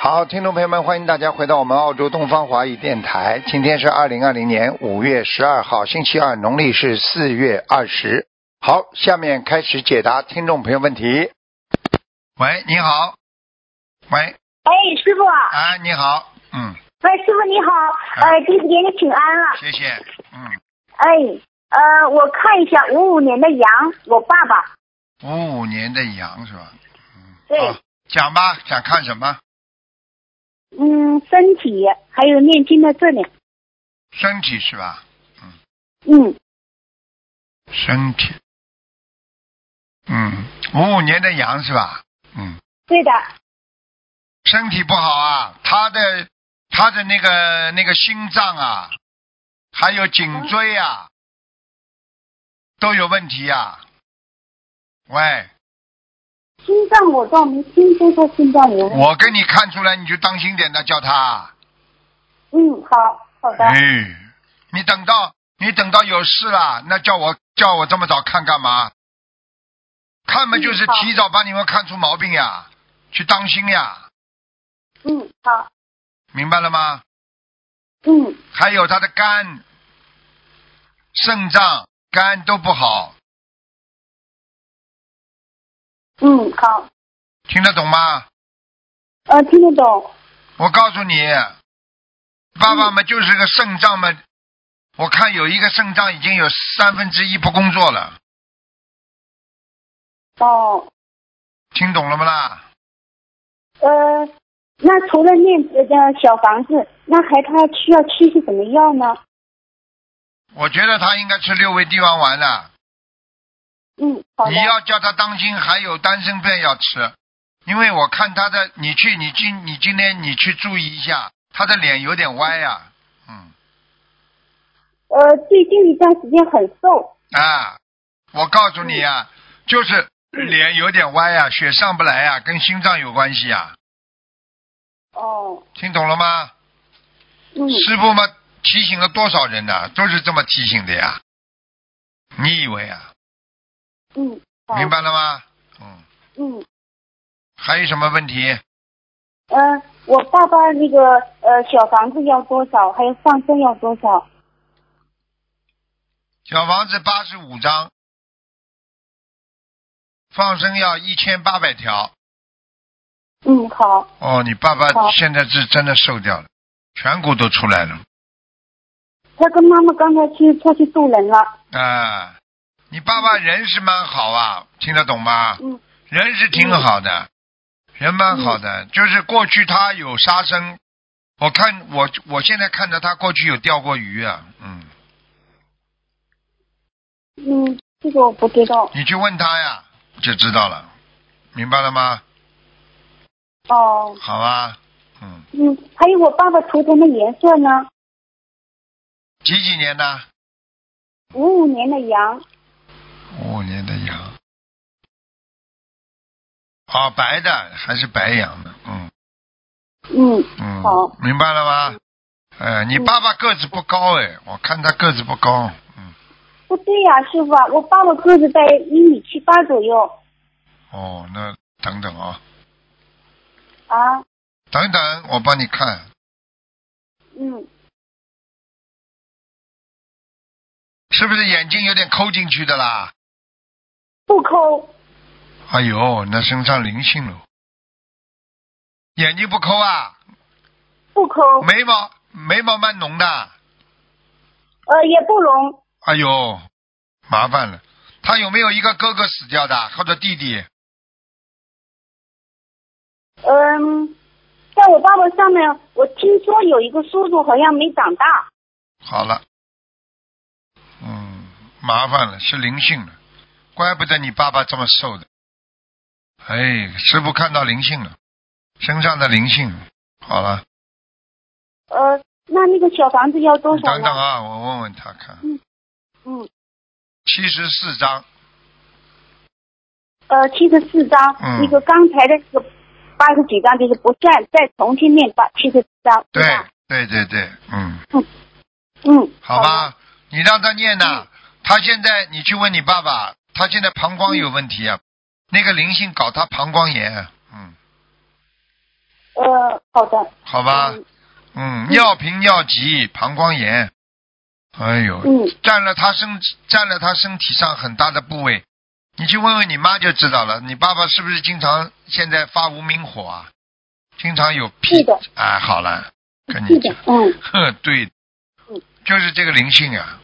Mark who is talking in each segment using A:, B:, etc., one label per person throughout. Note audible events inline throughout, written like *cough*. A: 好，听众朋友们，欢迎大家回到我们澳洲东方华语电台。今天是二零二零年五月十二号，星期二，农历是四月二十。好，下面开始解答听众朋友问题。喂，你好。喂，
B: 哎，师傅，
A: 啊，你好，嗯，
B: 哎，师傅你好，
A: 啊
B: 呃，弟子给你请安了。
A: 谢谢，嗯，
B: 哎，呃，我看一下五五年的羊，我爸爸，
A: 五五年的羊是吧？嗯，
B: 对
A: 好讲吧，想看什么？
B: 嗯，身体还有念经的质量，
A: 身体是吧？
B: 嗯，
A: 身体，嗯，五五年的羊是吧？嗯，
B: 对的，
A: 身体不好啊，他的他的那个那个心脏啊，还有颈椎啊，都有问题啊。喂，
B: 心脏我倒没听说过心脏有问题。
A: 我给你看出来，你就当心点的，叫他。啊
B: 嗯，好，好的，
A: 哎，你等到你等到有事了，那叫我叫我这么早看干嘛？看嘛，就是
B: 嗯好
A: 提早把你们看出毛病呀，去当心呀，
B: 嗯，好，
A: 明白了吗？
B: 嗯，
A: 还有他的肝、肾脏、肝都不好，
B: 嗯，好，
A: 听得懂吗？
B: 呃，听得懂，
A: 我告诉你，爸爸嘛就是个肾脏嘛，我看有一个肾脏已经有三分之一不工作了，
B: 哦，
A: 听懂了吗啦？
B: 呃，那除了念呃的小房子，那还他需要吃些什么药呢？
A: 我觉得他应该吃六味地黄丸了。
B: 嗯，好的
A: 你，要叫他当心，还有丹参片要吃，因为我看他的，你去，你今你今天你去注意一下，他的脸有点歪呀、嗯
B: 呃，最近一段时间很瘦，
A: 啊，我告诉你啊，就是脸有点歪呀、血上不来呀、啊跟心脏有关系呀、
B: 哦，
A: 听懂了吗？
B: 嗯，
A: 师傅嘛提醒了多少人呢、都是这么提醒的呀，你以为啊？
B: 嗯，好
A: 明。白了吗？嗯，
B: 嗯，
A: 还有什么问题？
B: 呃，我爸爸那个呃小房子要多少？还有放生要多少？
A: 小房子八十五张，放生要一千八百条。
B: 嗯，好，
A: 哦，你爸爸
B: 好
A: 现在是真的瘦掉了，颧骨都出来了
B: 他跟妈妈刚才去他去渡人了。
A: 啊！你爸爸人是蛮好啊，听得懂吗？
B: 嗯
A: 人是挺好的，人蛮好的，就是过去他有杀生，我看我我现在看着他过去有钓过鱼啊，嗯，
B: 嗯，这个我不知道。
A: 你去问他呀，就知道了，明白了吗？
B: 哦，
A: 好啊，嗯，
B: 嗯，还有我爸爸图腾的颜色呢？
A: 几几年呢？
B: 五五年的羊。
A: 五五年的羊，啊，白的还是白羊的，嗯
B: 嗯，
A: 嗯，
B: 好，
A: 明白了吗？呃，你爸爸个子不高哎，我看他个子不高，嗯，
B: 不对呀、师傅啊，我爸爸个子在一米七八左右
A: 哦，那等等啊、
B: 啊。
A: 等等，我帮你看，
B: 嗯，
A: 是不是眼睛有点抠进去的啦？
B: 不抠。
A: 哎呦，那身上灵性了，眼睛不抠啊，
B: 不抠，
A: 眉毛眉毛蛮浓的，
B: 呃，也不聋，
A: 哎呦，麻烦了，他有没有一个哥哥死掉的或者弟弟？
B: 嗯，在我爸爸上面，我听说有一个叔叔好像没长大。
A: 好了，嗯，麻烦了，是灵性了，怪不得你爸爸这么瘦的。哎，师傅看到灵性了，身上的灵性。好了，
B: 呃，那那个小房子要多
A: 你
B: 少
A: 等
B: 呢
A: 等？啊，我问问他看，
B: 嗯，
A: 七十四张，
B: 呃，七十四张，
A: 嗯
B: 那个刚才的这个八十几张就是不算，再重新念八七十四张，
A: 对
B: 吧？
A: 对对对，嗯，
B: 嗯，
A: 好
B: 的。嗯
A: 吧，你让他念呐、他现在你去问你爸爸，他现在膀啊胱有问题啊，那个灵性搞他膀胱炎，嗯，
B: 呃，好的。
A: 嗯好吧？
B: 嗯
A: 嗯，尿频尿急，膀胱炎，哎呦，
B: 嗯
A: 占了他身占了他身体上很大的部位，你去问问你妈就知道了。你爸爸是不是经常现在发无名火啊？经常有
B: 是
A: 屁
B: 的，
A: 啊？好了，跟
B: 是
A: 你
B: 的
A: 讲，，
B: 嗯，
A: 呵，对
B: 嗯，
A: 就是这个灵性啊，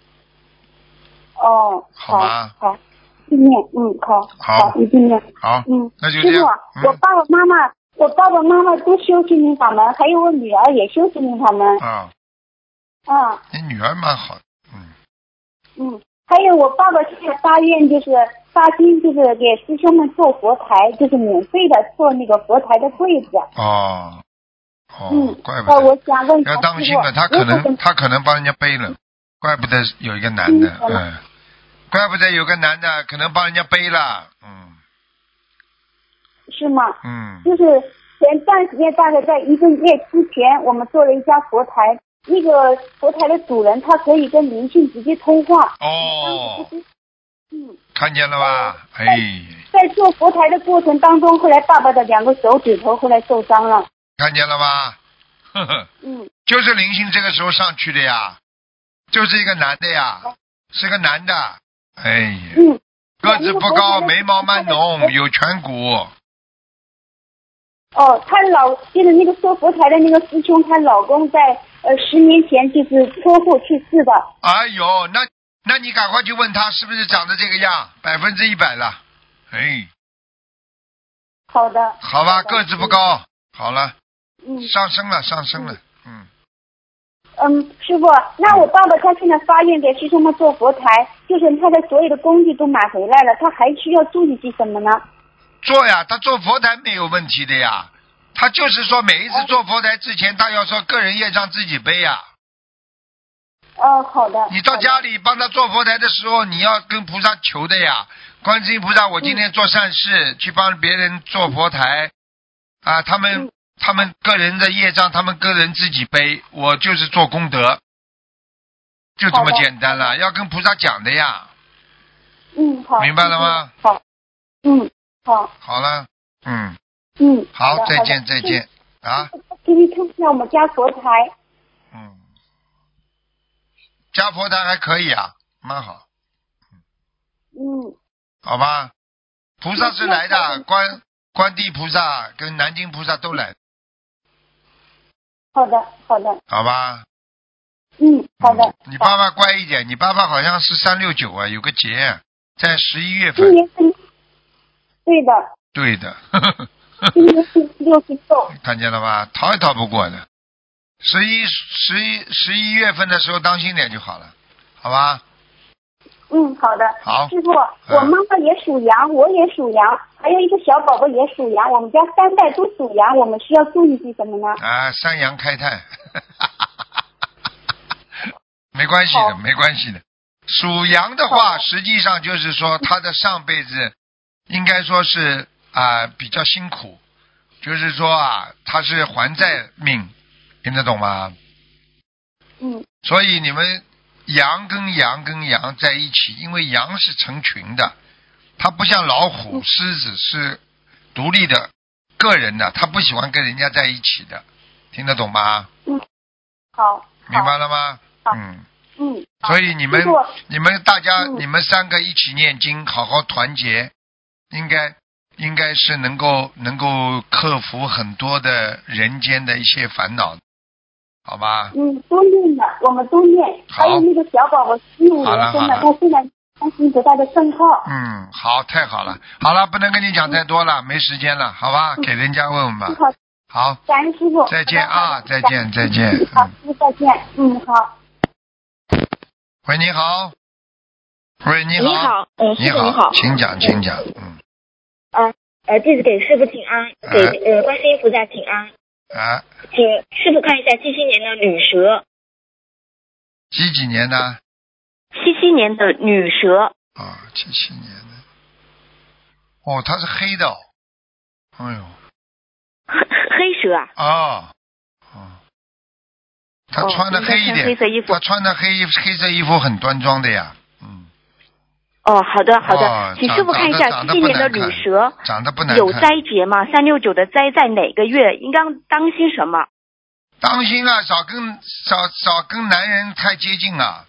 B: 哦，
A: 好
B: 好
A: 吧，
B: 好，一定念，嗯，好，
A: 好
B: 一定念，
A: 好，
B: 嗯，
A: 那就
B: 师
A: 这
B: 傅
A: 样
B: 啊，，我
A: 嗯
B: 爸爸妈妈，我爸爸妈妈都修心灵法门，还有我女儿也修心灵法门，
A: 啊，
B: 啊，
A: 你女儿蛮好的，嗯，
B: 嗯，还有我爸爸现在发愿就是发心，就是给师兄们做佛台，就是免费的做那个佛台的柜子，
A: 哦，哦
B: 嗯，，
A: 怪不
B: 那
A: 得。
B: 我想问一下
A: 要当
B: 师
A: 心
B: 傅
A: 了，他，
B: 如
A: 可
B: 果
A: 能
B: 跟
A: 他可能帮人家背了，怪不得有一个男的，
B: 嗯
A: 嗯，怪不得有个男的可能帮人家背了，嗯
B: 是吗？
A: 嗯，
B: 就是前段时间，大概在一个月之前，我们做了一家佛台，那个佛台的主人他可以跟灵性直接通话。
A: 哦，
B: 嗯，
A: 看见了吧？哎，
B: 在做佛台的过程当中，后来爸爸的两个手指头后来受伤了。
A: 看见了吧？呵呵，
B: 嗯，
A: 就是灵性这个时候上去的呀，就是一个男的呀，是个男的，哎呀，
B: 嗯，
A: 个子不高，眉毛蛮浓，
B: 嗯
A: 有颧骨，
B: 哦，她老就是那个做佛台的那个师兄，她老公在呃十年前就是车祸去世的。
A: 哎呦，那那你赶快去问他是不是长得这个样，百分之一百了，哎。
B: 好的，
A: 好吧，个子不高，好了，
B: 嗯
A: 上升了，上升了，嗯，
B: 嗯，师傅，那我爸爸他现在发愿给师兄们做佛台，就是他的所有的工具都买回来了，他还需要注意些什么呢？
A: 做呀，他做佛台没有问题的呀，他就是说每一次做佛台之前，他要说个人业障自己背呀。
B: 哦，好的。
A: 你到家
B: 好的。
A: 里帮他做佛台的时候，你要跟菩萨求的呀，观世音菩萨，我今天做善事，去帮别人做佛台，啊，他们
B: 嗯
A: 他们个人的业障，他们个人自己背，我就是做功德，就这么
B: 好的
A: 简单了，要跟菩萨讲的呀，
B: 嗯，好。
A: 明白了吗
B: 嗯？好。嗯，好，
A: 好了，嗯。
B: 嗯。
A: 好
B: 的，
A: 再
B: 好的
A: 见，再。见啊，
B: 给你看一下我们家佛台，
A: 嗯，家婆台还可以啊，蛮好，
B: 嗯，
A: 好吧？菩萨是来
B: 那那
A: 的，
B: 那
A: 观观地菩萨跟南京菩萨都来，
B: 好的，好的，
A: 好吧？
B: 嗯，好的
A: 嗯。你爸爸乖一点，你爸爸好像是三六九啊，有个节在十一月份
B: 今，年是，对的，
A: 对的， *laughs*
B: 今年是六十六。
A: 看见了吧？逃也逃不过的。十一十一十一月份的时候当心点就好了，好吧？
B: 嗯，好的。
A: 好，嗯
B: 师傅，我妈妈也属羊，我也属羊，还有一个小宝宝也属羊，我们家三代都属羊，我们需要注意些什么呢？
A: 啊，三羊开泰， *laughs* 没关系的，
B: 好
A: 没关系的。属羊的话，
B: 好的
A: 实际上就是说他的上辈子应该说是啊、比较辛苦，就是说啊他是还债命，听得懂吗？
B: 嗯，
A: 所以你们羊跟羊跟羊在一起，因为羊是成群的，它不像老
B: 嗯
A: 虎、狮子是独立的个人的，它不喜欢跟人家在一起的，听得懂吗？
B: 好，
A: 明白
B: 好。
A: 了吗？
B: 好
A: 嗯，
B: 嗯，好
A: 所以你们
B: 师傅
A: 你们大家、
B: 嗯
A: 你们三个一起念经，好好团结，应该应该是能够能够克服很多的人间的一些烦恼，好吧？
B: 嗯，都念了，我们都念。
A: 好
B: 还有那个小宝宝十五
A: 好了
B: 年生的，
A: 好
B: 他现在三心不大的圣号。
A: 嗯，好，太好了，好了，不能跟你讲太多了，没时间了，好吧？
B: 嗯
A: 给人家问问吧。
B: 好，
A: 好，
B: 感恩师傅。
A: 再见啊，再见，
B: 感
A: 再见
B: 恩。好，
A: 嗯
B: 师傅再见。嗯，好。
A: 喂，你好。喂，你
C: 你
A: 好。
C: 好，嗯，师傅你好，
A: 请讲，请讲。嗯，
C: 呃，弟子给师傅请安，给
A: 哎
C: 呃观世音菩萨请安，
A: 啊，
C: 请师傅看一下七七年的女蛇，
A: 几几年的？
C: 七七年的女蛇，
A: 啊，七七年的。哦，他是黑的哦。哎呦，
C: 黑黑蛇啊，
A: 啊，啊，他
C: 哦
A: 穿的
C: 应该
A: 黑一
C: 穿
A: 点，
C: 黑色衣服
A: 他穿的黑黑色衣服很端庄的呀。嗯，
B: 哦，好的好
A: 哦
B: 的，请师傅
A: 长
B: 看一
A: 得
B: 下
A: 长得
B: 今
A: 不
B: 年的
A: 难看
B: 旅蛇
A: 长得不难看，
B: 有灾劫吗？三六九的灾在哪个月？应当当心什么？
A: 当心啊，少跟少少跟男人太接近啊，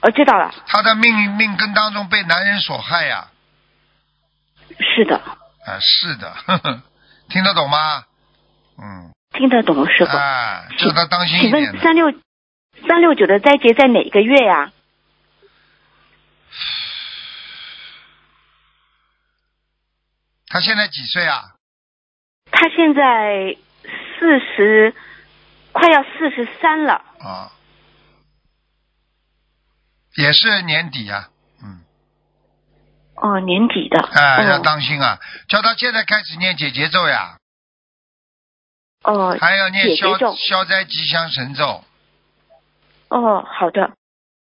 B: 呃，知道了，
A: 他的命命根当中被男人所害呀、
B: 是的，
A: 啊，是的， *laughs* 呵呵听得懂吗？嗯，
B: 听得懂师傅。
A: 哎，叫他当心一
B: 请
A: 点
B: 问
A: 的。
B: 三六三六九的灾劫在哪个月呀、
A: 他现在几岁啊？
B: 他现在四十，快要四十三了。
A: 啊，也是年底呀、嗯，
B: 哦，年底的。
A: 哎，要
B: 哦
A: 当心啊！叫他现在开始念解结咒呀，
B: 哦
A: 还要念
B: 解结
A: 消
B: 咒
A: 消灾吉祥神咒。
B: 哦，好的，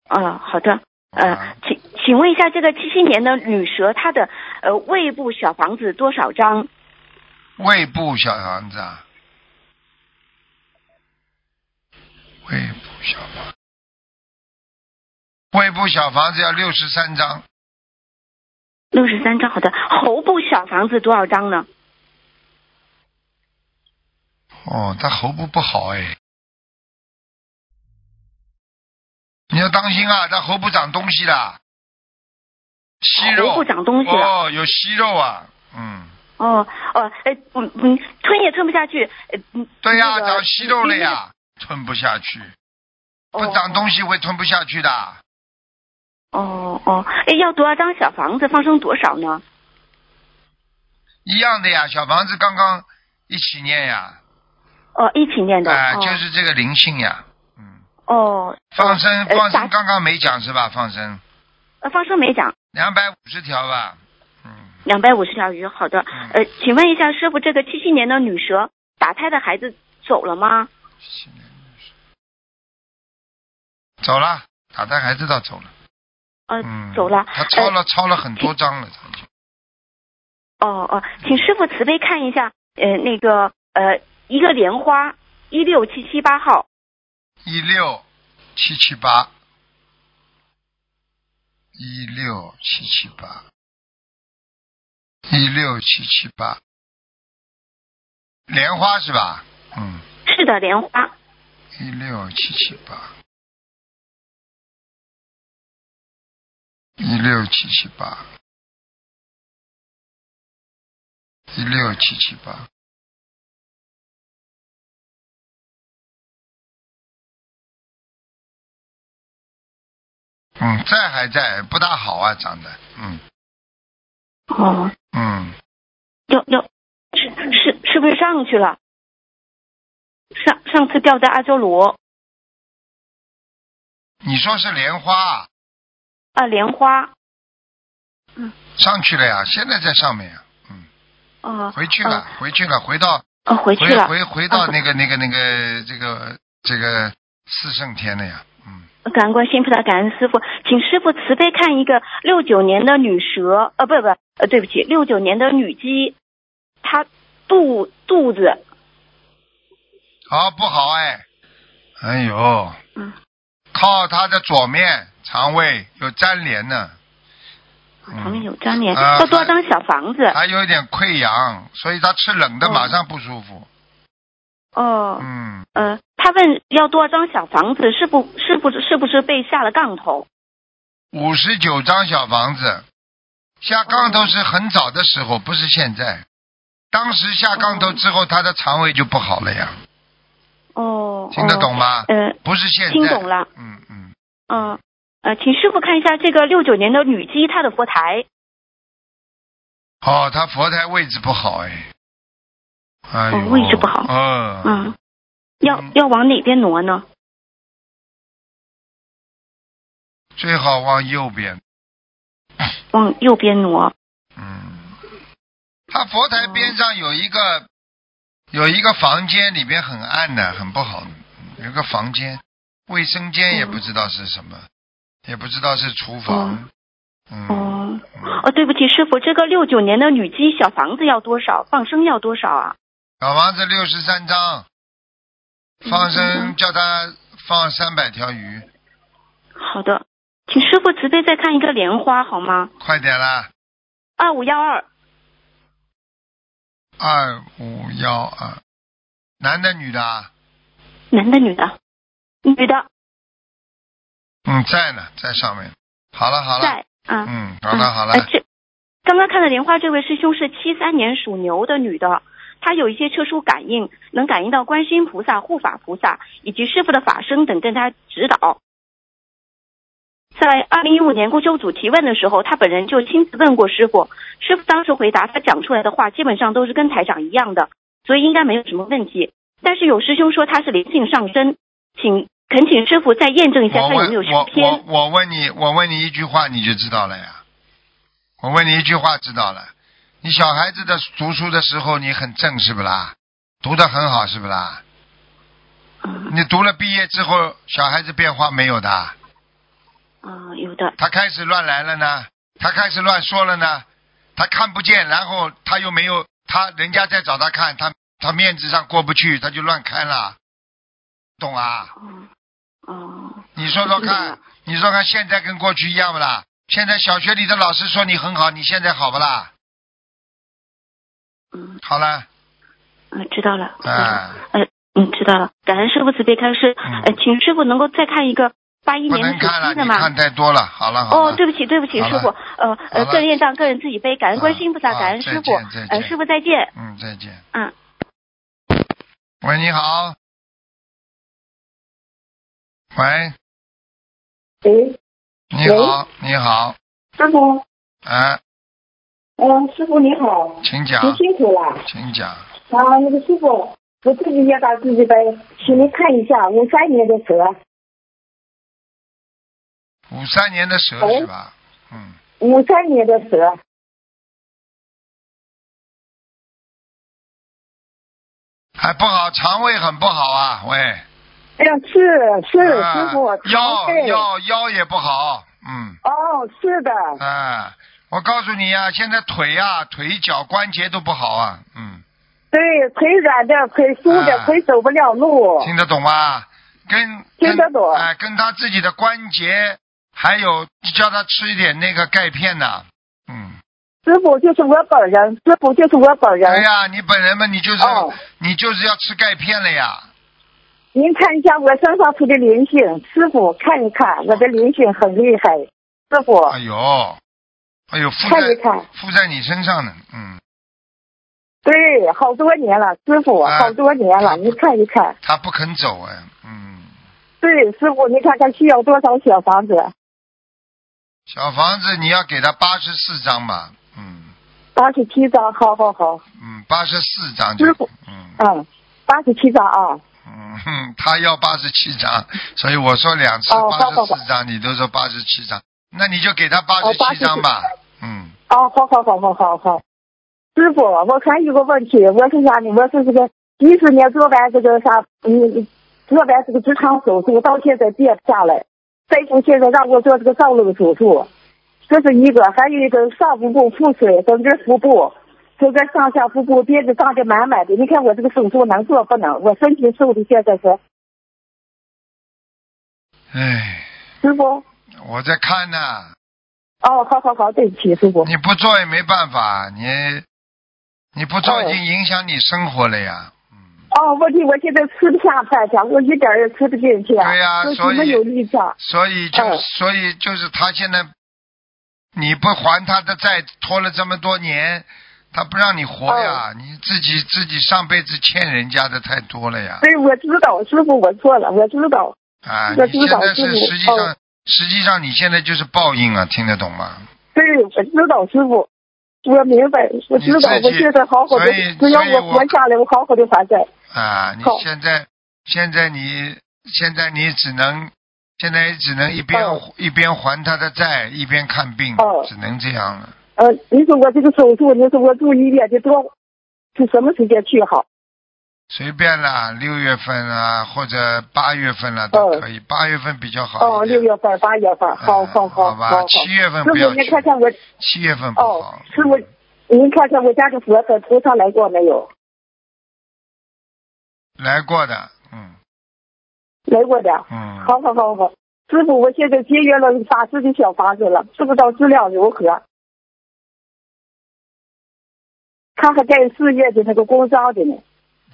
B: 哦，好的。
A: 啊
B: 呃，请请问一下，这个七七年的女蛇，她的呃胃部小房子多少张？
A: 胃部小房子啊，胃部小房，胃部小房子要六十三张，
B: 六十三张，好的。喉部小房子多少张呢？
A: 哦，他喉部不好哎，你要当心啊，他喉部长东西啦，息肉，
B: 喉部长东西啊了
A: 哦，有息肉啊，嗯，
B: 哦哦，呃，嗯嗯，吞也吞不下去，呃，嗯
A: 对呀、
B: 那个
A: 长息肉了呀，吞不下去，不
B: 哦
A: 长东西会吞不下去的，
B: 哦哦，哎，要多少张小房子？放生多少呢？
A: 一样的呀，小房子刚刚一起念呀，
B: 哦，一起念的。
A: 啊、
B: 哦
A: 就是这个灵性呀，嗯，
B: 哦，
A: 放生
B: 呃
A: 放
B: 打
A: 生刚刚没讲是吧？放生
B: 呃，放生没讲，
A: 两百五十条吧，嗯，
B: 两百五十条鱼。好的，呃，请问一下师傅，这个七七年的女蛇打胎的孩子走了吗？
A: 七年六十走了，打胎孩子倒走了，
B: 呃，
A: 嗯，
B: 走了。
A: 他抄
B: 呃。
A: 了抄了很多张了，他已经
B: 哦哦，请师傅慈悲看一下，呃，那个呃，一个莲花一六七七八号，
A: 一六七七八，一六七七八，一六七七八，莲花是吧？嗯，
B: 是的，莲花。
A: 一六七七八，一六七七八，一六七七八。嗯，在还在，不大好啊，长得，嗯
B: 哦，
A: 嗯，
B: 有有，是是是不是上去了？上上次掉在阿修罗
A: 你说是莲花啊
B: 啊，莲花。
A: 上去了呀，现在在上面呀，嗯，
B: 啊、
A: 回去了，回去了，回到
B: 啊，回去了。
A: 回回回到
B: 嗯
A: 那个那个那个这个这个四圣天了呀，嗯，
B: 感恩观世音菩萨，感恩师傅，请师傅慈悲看一个六九年的女蛇，呃，不不，呃，对不起，六九年的女鸡，她肚肚子，
A: 好不好哎？哎呦，
B: 嗯，
A: 靠他的左面肠胃有粘连呢，
B: 旁边有粘连，
A: 嗯啊
B: 要多少张小房子？
A: 还有一点溃疡，所以他吃冷的
B: 哦
A: 马上不舒服。
B: 哦，
A: 嗯，
B: 呃，他问要多少张小房子，是不是不是不是被下了杠头？
A: 五十九张小房子，下杠头是很早的时候，不是现在。当时下杠头之后，他的肠胃就不好了呀，
B: 哦，
A: 听得懂吗
B: 哦？呃，
A: 不是现在。
B: 听懂了。
A: 嗯嗯，
B: 嗯、呃，请师傅看一下这个六九年的女鸡，她的佛台，
A: 哦，他佛台位置不好哎，哎呦，
B: 哦位置不好
A: 嗯、
B: 嗯，要
A: 嗯
B: 要往哪边挪呢？
A: 最好往右边，
B: 往右边挪。
A: 嗯，他佛台边上有一个、有一个房间，里边很暗的，很不好，有个房间，卫生间
B: 嗯
A: 也不知道是什么，也不知道是厨房，嗯，
B: 哦，哦，对不起，师傅，这个六九年的女鸡小房子要多少？放生要多少啊？
A: 小房子六十三张，放
B: 63
A: 生
B: 张
A: 叫他放三百条鱼，
B: 好的，请师傅慈悲再看一个莲花好吗？
A: 快点啦，
B: 二五幺二，
A: 二五幺二，男的女的啊？
B: 男的女的？女的
A: 嗯，在呢，在上面。好了好了，
B: 在啊。
A: 嗯，好了好了
B: 呃，这刚刚看的莲花这位师兄是七三年属牛的女的，她有一些特殊感应，能感应到观世音菩萨、护法菩萨以及师傅的法身等对她指导。在二零一五年过修组提问的时候，她本人就亲自问过师傅，师傅当时回答她讲出来的话基本上都是跟台长一样的，所以应该没有什么问题。但是有师兄说她是灵性上升，请恳请师傅再验证一下
A: 我
B: 她有没有
A: 问
B: 修
A: 我我
B: 偏。
A: 我问你，我问你一句话你就知道了呀。我问你一句话知道了。你小孩子的读书的时候你很正是不啦？读的很好是不啦？
B: 嗯
A: 你读了毕业之后，小孩子变化没有的？
B: 啊、有的，
A: 他开始乱来了呢？他开始乱说了呢？他看不见，然后他又没有他，人家在找他看，他他面子上过不去，他就乱开了，懂啊？
B: 嗯，哦。
A: 你说说
B: 明白
A: 看
B: 了，
A: 你说看现在跟过去一样不啦？现在小学里的老师说你很好，你现在好不啦？
B: 嗯
A: 好了，
B: 嗯，知道了。
A: 哎、
B: 嗯，知道了。感恩师傅慈悲开示。
A: 嗯
B: 呃，请师傅能够再看一个八一
A: 不
B: 年的
A: 能看
B: 属
A: 了，
B: 鸡的
A: 你
B: 吗
A: 看？太多了。好了，好
B: 哦
A: 了，，
B: 对不起，对不起，
A: 好
B: 师
A: 了
B: 傅。呃
A: 好
B: 呃，
A: 了
B: 个人业障，个人自己背。感恩观世音菩萨，
A: 啊
B: 感恩
A: 再
B: 师傅
A: 见再。
B: 呃，
A: 见
B: 师傅再见。
A: 嗯，再见。
B: 嗯。
A: 喂，你好。喂，
D: 喂，
A: 你好，你好，
D: 哎师傅，
A: 啊，
D: 嗯，师傅你好，
A: 请讲，
D: 您辛苦了。
A: 请讲。
D: 啊，那个师傅，我自己也打自己背，请您看一下我三年的蛇，
A: 五三年的蛇
D: 喂
A: 是吧？
D: 哎
A: 嗯，
D: 五三年的蛇，
A: 还哎不好，肠胃很不好啊，喂。
D: 哎呀，是是
A: 啊
D: 师傅，
A: 腰
D: 对，
A: 腰腰也不好，嗯，
D: 哦，是的，
A: 啊，我告诉你啊，现在腿啊、腿脚关节都不好啊，嗯，
D: 对，腿软的，腿舒的
A: 啊，
D: 腿走不了路，
A: 听得懂吗？跟
D: 听得懂
A: 哎、跟他自己的关节，还有叫他吃一点那个钙片呐、嗯，
D: 师傅就是我本人，师傅就是我本
A: 对，
D: 人
A: 哎呀、你本人嘛，你就是、
D: 哦
A: 你就是要吃钙片了呀，
D: 您看一下我身上出的灵性，师傅看一看，我的灵性很厉害，师傅
A: 哎呦，哎呦，附
D: 看一
A: 在
D: 看，
A: 附在你身上呢，嗯，
D: 对，好多年了，师傅，
A: 啊
D: 好多年
A: 啊
D: 了，你看一看。
A: 他不肯走哎，嗯，
D: 对，师傅，你看看需要多少小房子？
A: 小房子你要给他八十四张吧，嗯。
D: 八十七张，好好好，
A: 嗯，八十四张就
D: 师傅，
A: 嗯
D: 嗯，八十七张啊，
A: 嗯， *laughs* 哼他要八十七张，所以我说两次
D: 哦
A: 八
D: 好好
A: 十
D: 好
A: 四张，你都说八十七张，那你就给他八十七
D: 87
A: 张吧，嗯，
D: 哦，好好好好好好。师傅，我还有个问题，我是啥呢？我是这个几十年做完这个啥，嗯，做完这个直肠手术，到现在跌不下来。再从现在让我做这个造瘘手术，这是一个，还有一个上腹部腹水，整个腹部，整个上下腹部憋得胀得满满的。你看我这个手术能做不能？我身体受的现在是，
A: 唉，
D: 师傅。
A: 我在看呢、
D: 哦，好好好，对不起，师傅。
A: 你不做也没办法，你你不做已经影响你生活了呀，
D: 哦，问题我现在吃不下饭去，我一点儿也吃不进去。
A: 对呀
D: 我
A: 所以
D: 没有力啊量。
A: 所以就、
D: 嗯
A: 所以就是他现在你不还他的债，拖了这么多年。他不让你活呀，你自己自己上辈子欠人家的太多了呀。
D: 对，我知道，师傅，我错了，我知道。
A: 啊，
D: 我
A: 你
D: 知
A: 现
D: 道
A: 在是
D: 就是
A: 实际上
D: 哦，
A: 实际上你现在就是报应啊，听得懂吗？
D: 对，我知道，师傅，我明白，我知道
A: 你，自
D: 我
A: 己
D: 现在好好的
A: 所以，
D: 只要
A: 所以我
D: 我活下来，我好好的还债。
A: 啊，你
D: 好
A: 现在现在你现在你只能现在只能一边、
D: 哦
A: 一边还他的债，一边看病，
D: 哦
A: 只能这样了。
D: 呃，你说我这个手术，你说我住医院得多，是什么时间去好？
A: 随便啦，六月份啊，或者八月份啦、都
D: 哦
A: 可以。八、月份比较好
D: 哦，
A: 一点
D: 六月份、八月份，好
A: 嗯
D: 好好，
A: 吧
D: 好好。
A: 七月份
D: 师
A: 不要
D: 傅，
A: 去
D: 您，看看我，
A: 七月份不好。
D: 哦，师傅，您看看我家的佛和菩萨来过没有？
A: 来过的，嗯
D: 来过的。
A: 嗯。
D: 好好好好，师傅，我现在节约了法师的小房子了，不知道质量如何？他还在事业的那个工伤的呢，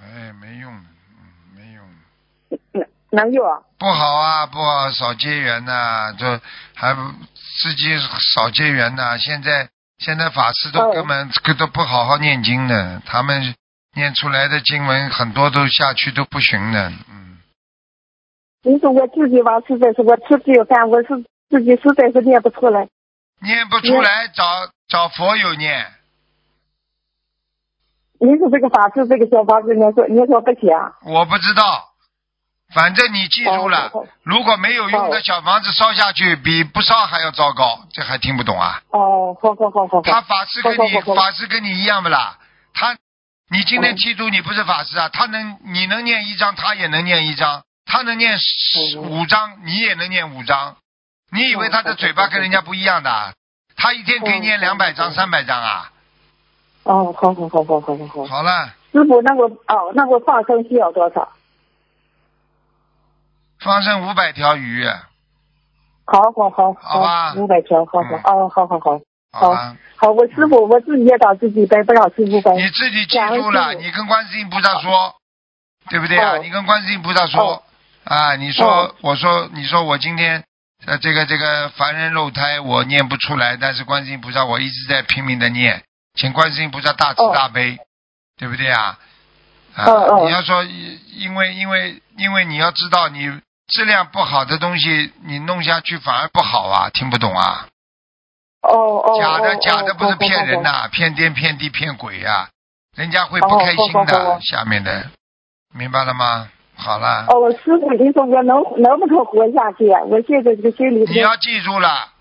A: 哎，没用的，嗯，没用的，
D: 能能有啊？
A: 不好啊，不好，少结缘呐、这还不自己少结缘呐、现在现在法师都
D: 哦
A: 根本都不好好念经的，他们念出来的经文很多都下去都不行的，嗯，
D: 你说我自己吧，实在是我吃不了饭，我是自己实在是念不出来。
A: 念不出来找找佛友念，
D: 您说这个法师这个小房子，您说您说不行啊？
A: 我不知道，反正你记住了
D: 哦，
A: 如果没有用的
D: 哦
A: 小房子烧下去，比不烧还要糟糕，这还听不懂啊？
D: 哦，好好好好
A: 他
D: 好，
A: 法师跟你
D: 好好好好
A: 法师跟你一样不啦？他，你今天
D: 嗯
A: 记住你不是法师啊？他能你能念一张，他也能念一张，他能念十
D: 嗯
A: 五张，你也能念五张。你以为
D: 嗯
A: 他的
D: 好
A: 嘴
D: 好
A: 巴
D: 好
A: 跟人家不一样的啊？他一天可以
D: 嗯
A: 念两百张、
D: 嗯
A: 三百张啊？
D: 哦，好好好好好好好。
A: 好了，
D: 师傅，那我哦，那我放生需要多少？
A: 放生五百条鱼，
D: 好好好啊
A: 好吧
D: 五百条，好好、哦，好好好，
A: 好了，
D: 好，我师傅我自己也找自己背，不找师傅背。
A: 你自己记
D: 感恩
A: 住了，
D: 师父
A: 你跟观世音菩萨说，对不对啊？
D: 哦
A: 你跟观世音菩萨说
D: 哦
A: 啊，你说、
D: 哦
A: 我说你说我今天呃这个这个凡人肉胎我念不出来，但是观世音菩萨我一直在拼命的念，请观世音菩萨大慈
D: 哦
A: 大悲，对不对啊？啊，
D: 哦哦
A: 你要说因为因为因为你要知道你质量不好的东西你弄下去反而不好啊，听不懂啊？
D: 哦哦，
A: 假的
D: 哦
A: 假的不是骗人。
D: 哦
A: 呐、骗天骗地骗鬼呀、人家会不开心
D: 哦好好好
A: 的。
D: 好
A: 下面的，明白了吗？好了，
D: 哦，我师傅，你说我能能不能活下去啊？我现在这个心里
A: 你要记住了，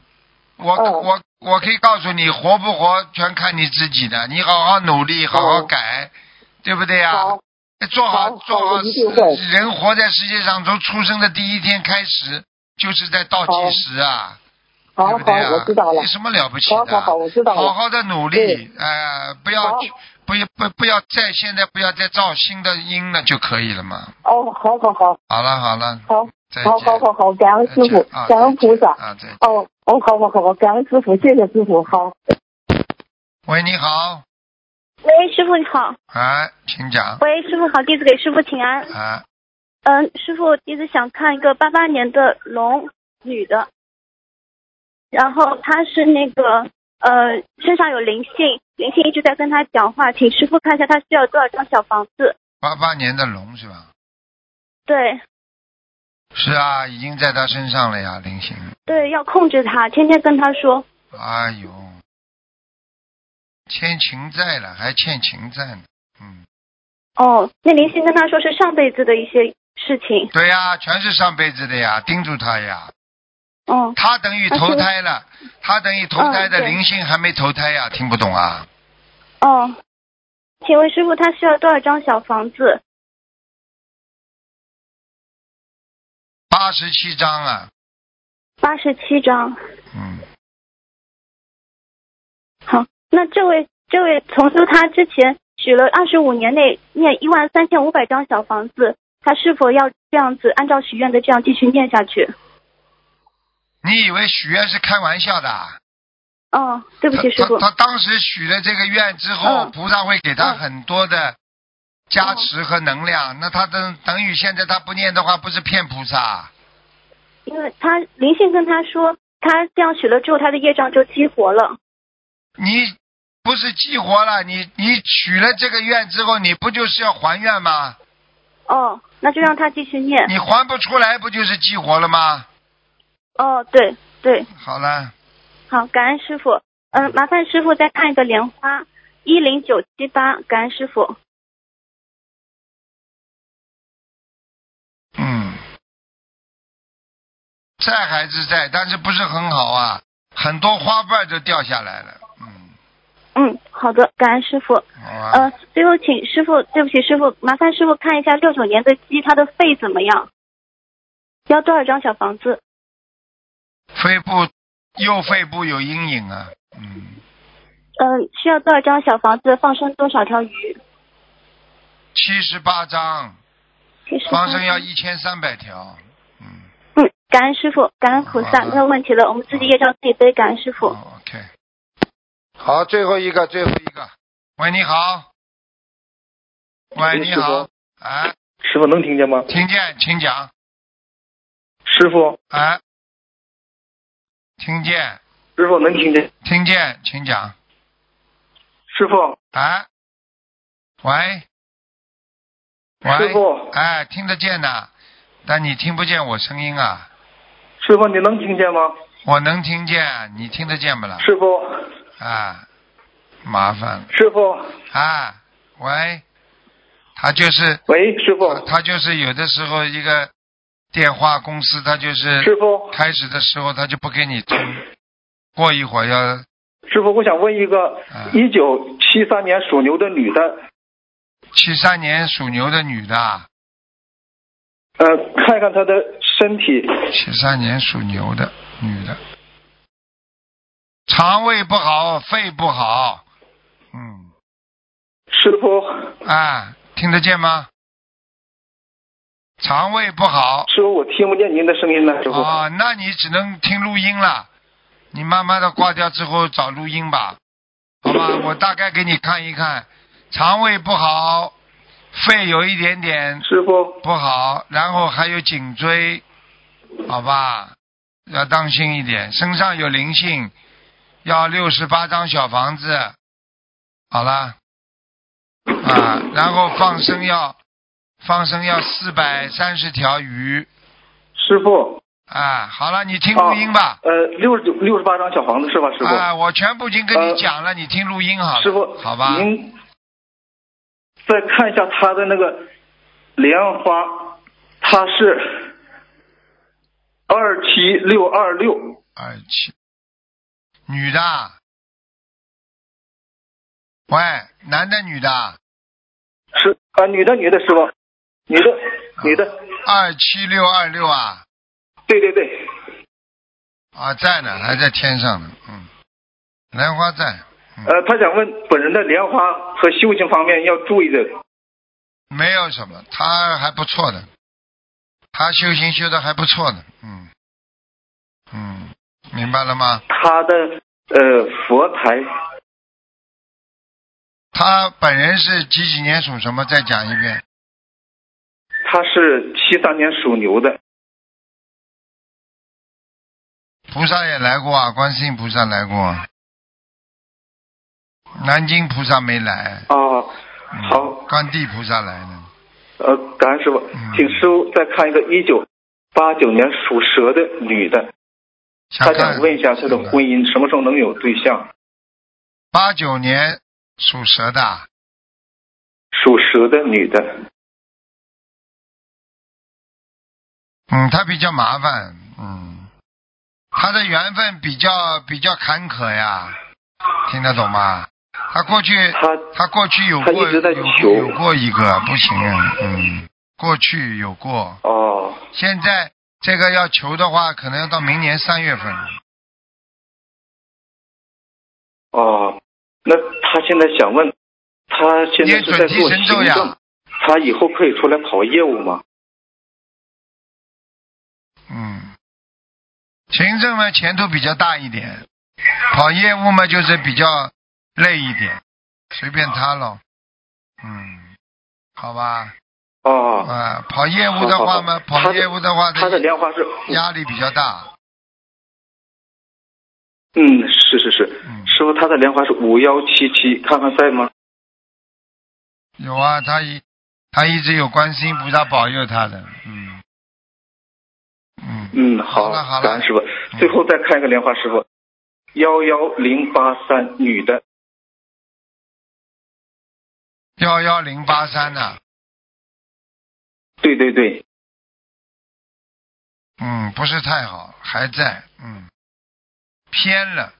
A: 我、
D: 哦
A: 我我可以告诉你，活不活全看你自己的，你好好努力，好好
D: 哦
A: 改，对不对呀、
D: 好，
A: 做好
D: 好
A: 做
D: 好
A: 好
D: 我一定会
A: 事，人活在世界上，从出生的第一天开始，就是在倒计
D: 好
A: 时啊，
D: 好好
A: 对不对啊？
D: 我知道了
A: 有。什么了不起的？
D: 好好好，我知道
A: 好
D: 了。
A: 好的努力
D: 对，
A: 呃，不要
D: 好
A: 去不要不不要再现在不要再造新的因了就可以了嘛。
D: 哦，好好好，
A: 好了好了，
D: 好，
A: 再见。
D: 好好好好，感恩师
A: 再
D: 傅
A: 见啊，
D: 感恩菩萨
A: 再见。啊，对。
D: 哦，哦，好好好，感恩师傅，谢谢师傅，好。
A: 喂，你好，
B: 喂，师傅你好。
A: 哎，请讲，
B: 喂，师傅好，弟子给师傅请安。
A: 哎，
B: 嗯，师傅，弟子想看一个八八年的龙女的，然后她是那个呃身上有灵性，灵性一直在跟她讲话，请师傅看一下她需要多少张小房子。
A: 八八年的龙是吧？
B: 对
A: 是啊，已经在他身上了呀，菱形。
B: 对，要控制她，天天跟她说。
A: 哎呦，欠情债了，还欠情债呢。嗯，
B: 哦，那灵性跟她说是上辈子的一些事情。
A: 对呀、全是上辈子的呀，盯住他呀。
B: 哦
A: 他等于投胎了，他等于投胎的
B: 嗯啊对
A: 灵性还没投胎呀、听不懂啊？
B: 哦，请问师傅她需要多少张小房子？
A: 八十七章啊，
B: 八十七张。
A: 嗯，
B: 好，那这位这位同修他之前许了二十五年内念一万三千五百张小房子，他是否要这样子按照许愿的这样继续念下去？
A: 你以为许愿是开玩笑的啊？
B: 哦，对不
A: 他
B: 起，师傅。
A: 他他当时许了这个愿之后，
B: 嗯
A: 菩萨会给他
B: 嗯
A: 很多的加持和能量。那他等等于现在他不念的话，不是骗菩萨？
B: 因为他灵性跟他说，他这样许了之后，他的业障就激活了。
A: 你不是激活了？你你许了这个愿之后，你不就是要还愿吗？
B: 哦，那就让他继续念。
A: 你还不出来，不就是激活了吗？
B: 哦，对对，
A: 好了。
B: 好，感恩师傅。嗯，麻烦师傅再看一个莲花，一零九七八，感恩师傅。
A: 嗯，在还是在，但是不是很好啊，很多花瓣都掉下来了。嗯，
B: 嗯，好的，感恩师傅。
A: 好啊。
B: 呃，最后请师傅，对不起师傅，麻烦师傅看一下六九年的鸡它的肺怎么样？要多少张小房子？
A: 肺部右肺部有阴影啊。嗯，
B: 嗯、需要多少张小房子？放生多少条鱼？
A: 七十八张，
B: 给师傅
A: 放生要一千三百条。嗯，
B: 嗯，
E: 感恩师傅，感恩菩萨，
A: 好的
E: 没有问题了，我们自己业障自己背，感恩师傅。
A: 哦，OK。好，最后一个，最后一个。喂，你好。喂，你好。哎，
F: 师傅能听见吗？
A: 听见，请讲。
F: 师傅，
A: 哎，听见，
F: 师傅能听见？
A: 听见，请讲。
F: 师傅，
A: 哎，喂，
F: 师
A: 喂，
F: 傅，
A: 哎，听得见呐，但你听不见我声音啊。
F: 师傅，你能听见吗？
A: 我能听见，你听得见不啦？
F: 师傅，
A: 啊，麻烦了
F: 师傅，
A: 啊！喂，他就是
F: 喂，师傅，
A: 他就是有的时候一个电话公司，他就
F: 师
A: 是
F: 傅，
A: 开始的时候他就不给你听，过一会儿要
F: 师傅，我想问一个
A: 嗯，
F: 一九七三年属牛的女的，
A: 七三年属牛的女的啊，
F: 呃，看看她的身体，
A: 七三年属牛的女的，肠胃不好，肺不好，嗯，
F: 师傅，
A: 啊，听得见吗？肠胃不好，
F: 师傅，我听不见您的声音了，师傅。
A: 哦，那你只能听录音了。你慢慢的挂掉之后找录音吧，好吧？我大概给你看一看，肠胃不好，肺有一点点
F: 师傅，
A: 不好，然后还有颈椎，好吧？要当心一点，身上有灵性，要六十八张小房子，好啦，啊，然后放生要放生要四百三十条鱼，
F: 师傅，
A: 啊，好了，你听录音吧。
F: 呃，六十六十八张小房子是哦吧，师傅？呃
A: 啊，我全部已经跟你讲了，你听录音好了。
F: 师傅，
A: 好吧。
F: 您再看一下他的那个莲花，他是二七六二六，
A: 二七，哎女的啊。喂，男的女的啊？
F: 是啊，女的女的师傅，女的女的，
A: 二七六二六啊，
F: 对对对，
A: 啊，在呢，还在天上呢。嗯，莲花在，
F: 呃，他想问本人的莲花和修行方面要注意的，
A: 没有什么，他还不错的，他修行修的还不错的。嗯，嗯，明白了吗？
F: 他的呃佛台
A: 他本人是几几年属什么？再讲一遍。
F: 他是七三年属牛的，
A: 菩萨也来过啊，观世音菩萨来过，啊南京菩萨没来，
F: 啊，
A: 嗯
F: 好，
A: 观地菩萨来了。
F: 呃，感恩师傅，
A: 嗯
F: 请师傅再看一个一九八九年属蛇的女的。他想问一下他的婚姻什么时候能有对象？
A: 八九年属蛇的啊，
F: 属蛇的女的，
A: 嗯，他比较麻烦，嗯，他的缘分比较比较坎坷呀，听得懂吗？他过去
F: 她
A: 他过去有
F: 她
A: 过
F: 一直在
A: 有
F: 求
A: 有过一个不行，嗯，过去有过，
F: 哦，
A: 现在这个要求的话，可能要到明年三月份了。
F: 哦，那他现在想问，他现在
A: 念
F: 是
A: 准
F: 在
A: 提
F: 做
A: 神
F: 行
A: 咒
F: 政
A: 呀，，
F: 他以后可以出来跑业务吗？
A: 嗯，行政嘛前途比较大一点，跑业务嘛就是比较累一点，随便他咯。嗯，好吧，
F: 哦，
A: 啊，跑业务的话嘛，
F: 好好好
A: 跑业务的话，
F: 他的莲花是，
A: 压力比较大。
F: 嗯，是是是，
A: 嗯，
F: 师傅他的莲花是五幺七七，看看在吗？
A: 有啊，他一他一直有观世音菩萨保佑他的，嗯嗯，
F: 嗯，
A: 好了好了嗯
F: 感恩师傅，最后再看一个莲花，师傅幺幺零八三女的，
A: 幺幺零八三呐，
F: 对对对，
A: 嗯，不是太好，还在，嗯，偏了，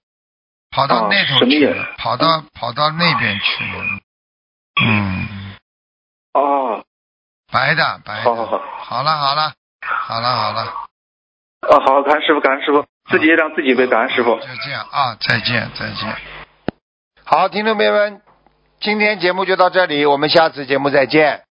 A: 跑到那头去了，
F: 啊什么意思
A: 跑到跑到那边去了，嗯，
F: 哦，
A: 白的白的，
F: 好好好。
A: 好了好了好了好了，
F: 啊，好，感恩师傅，感恩师傅，自己也让自己背，感恩师傅。
A: 就这样啊，再见再见。好，听众朋友们，今天节目就到这里，我们下次节目再见。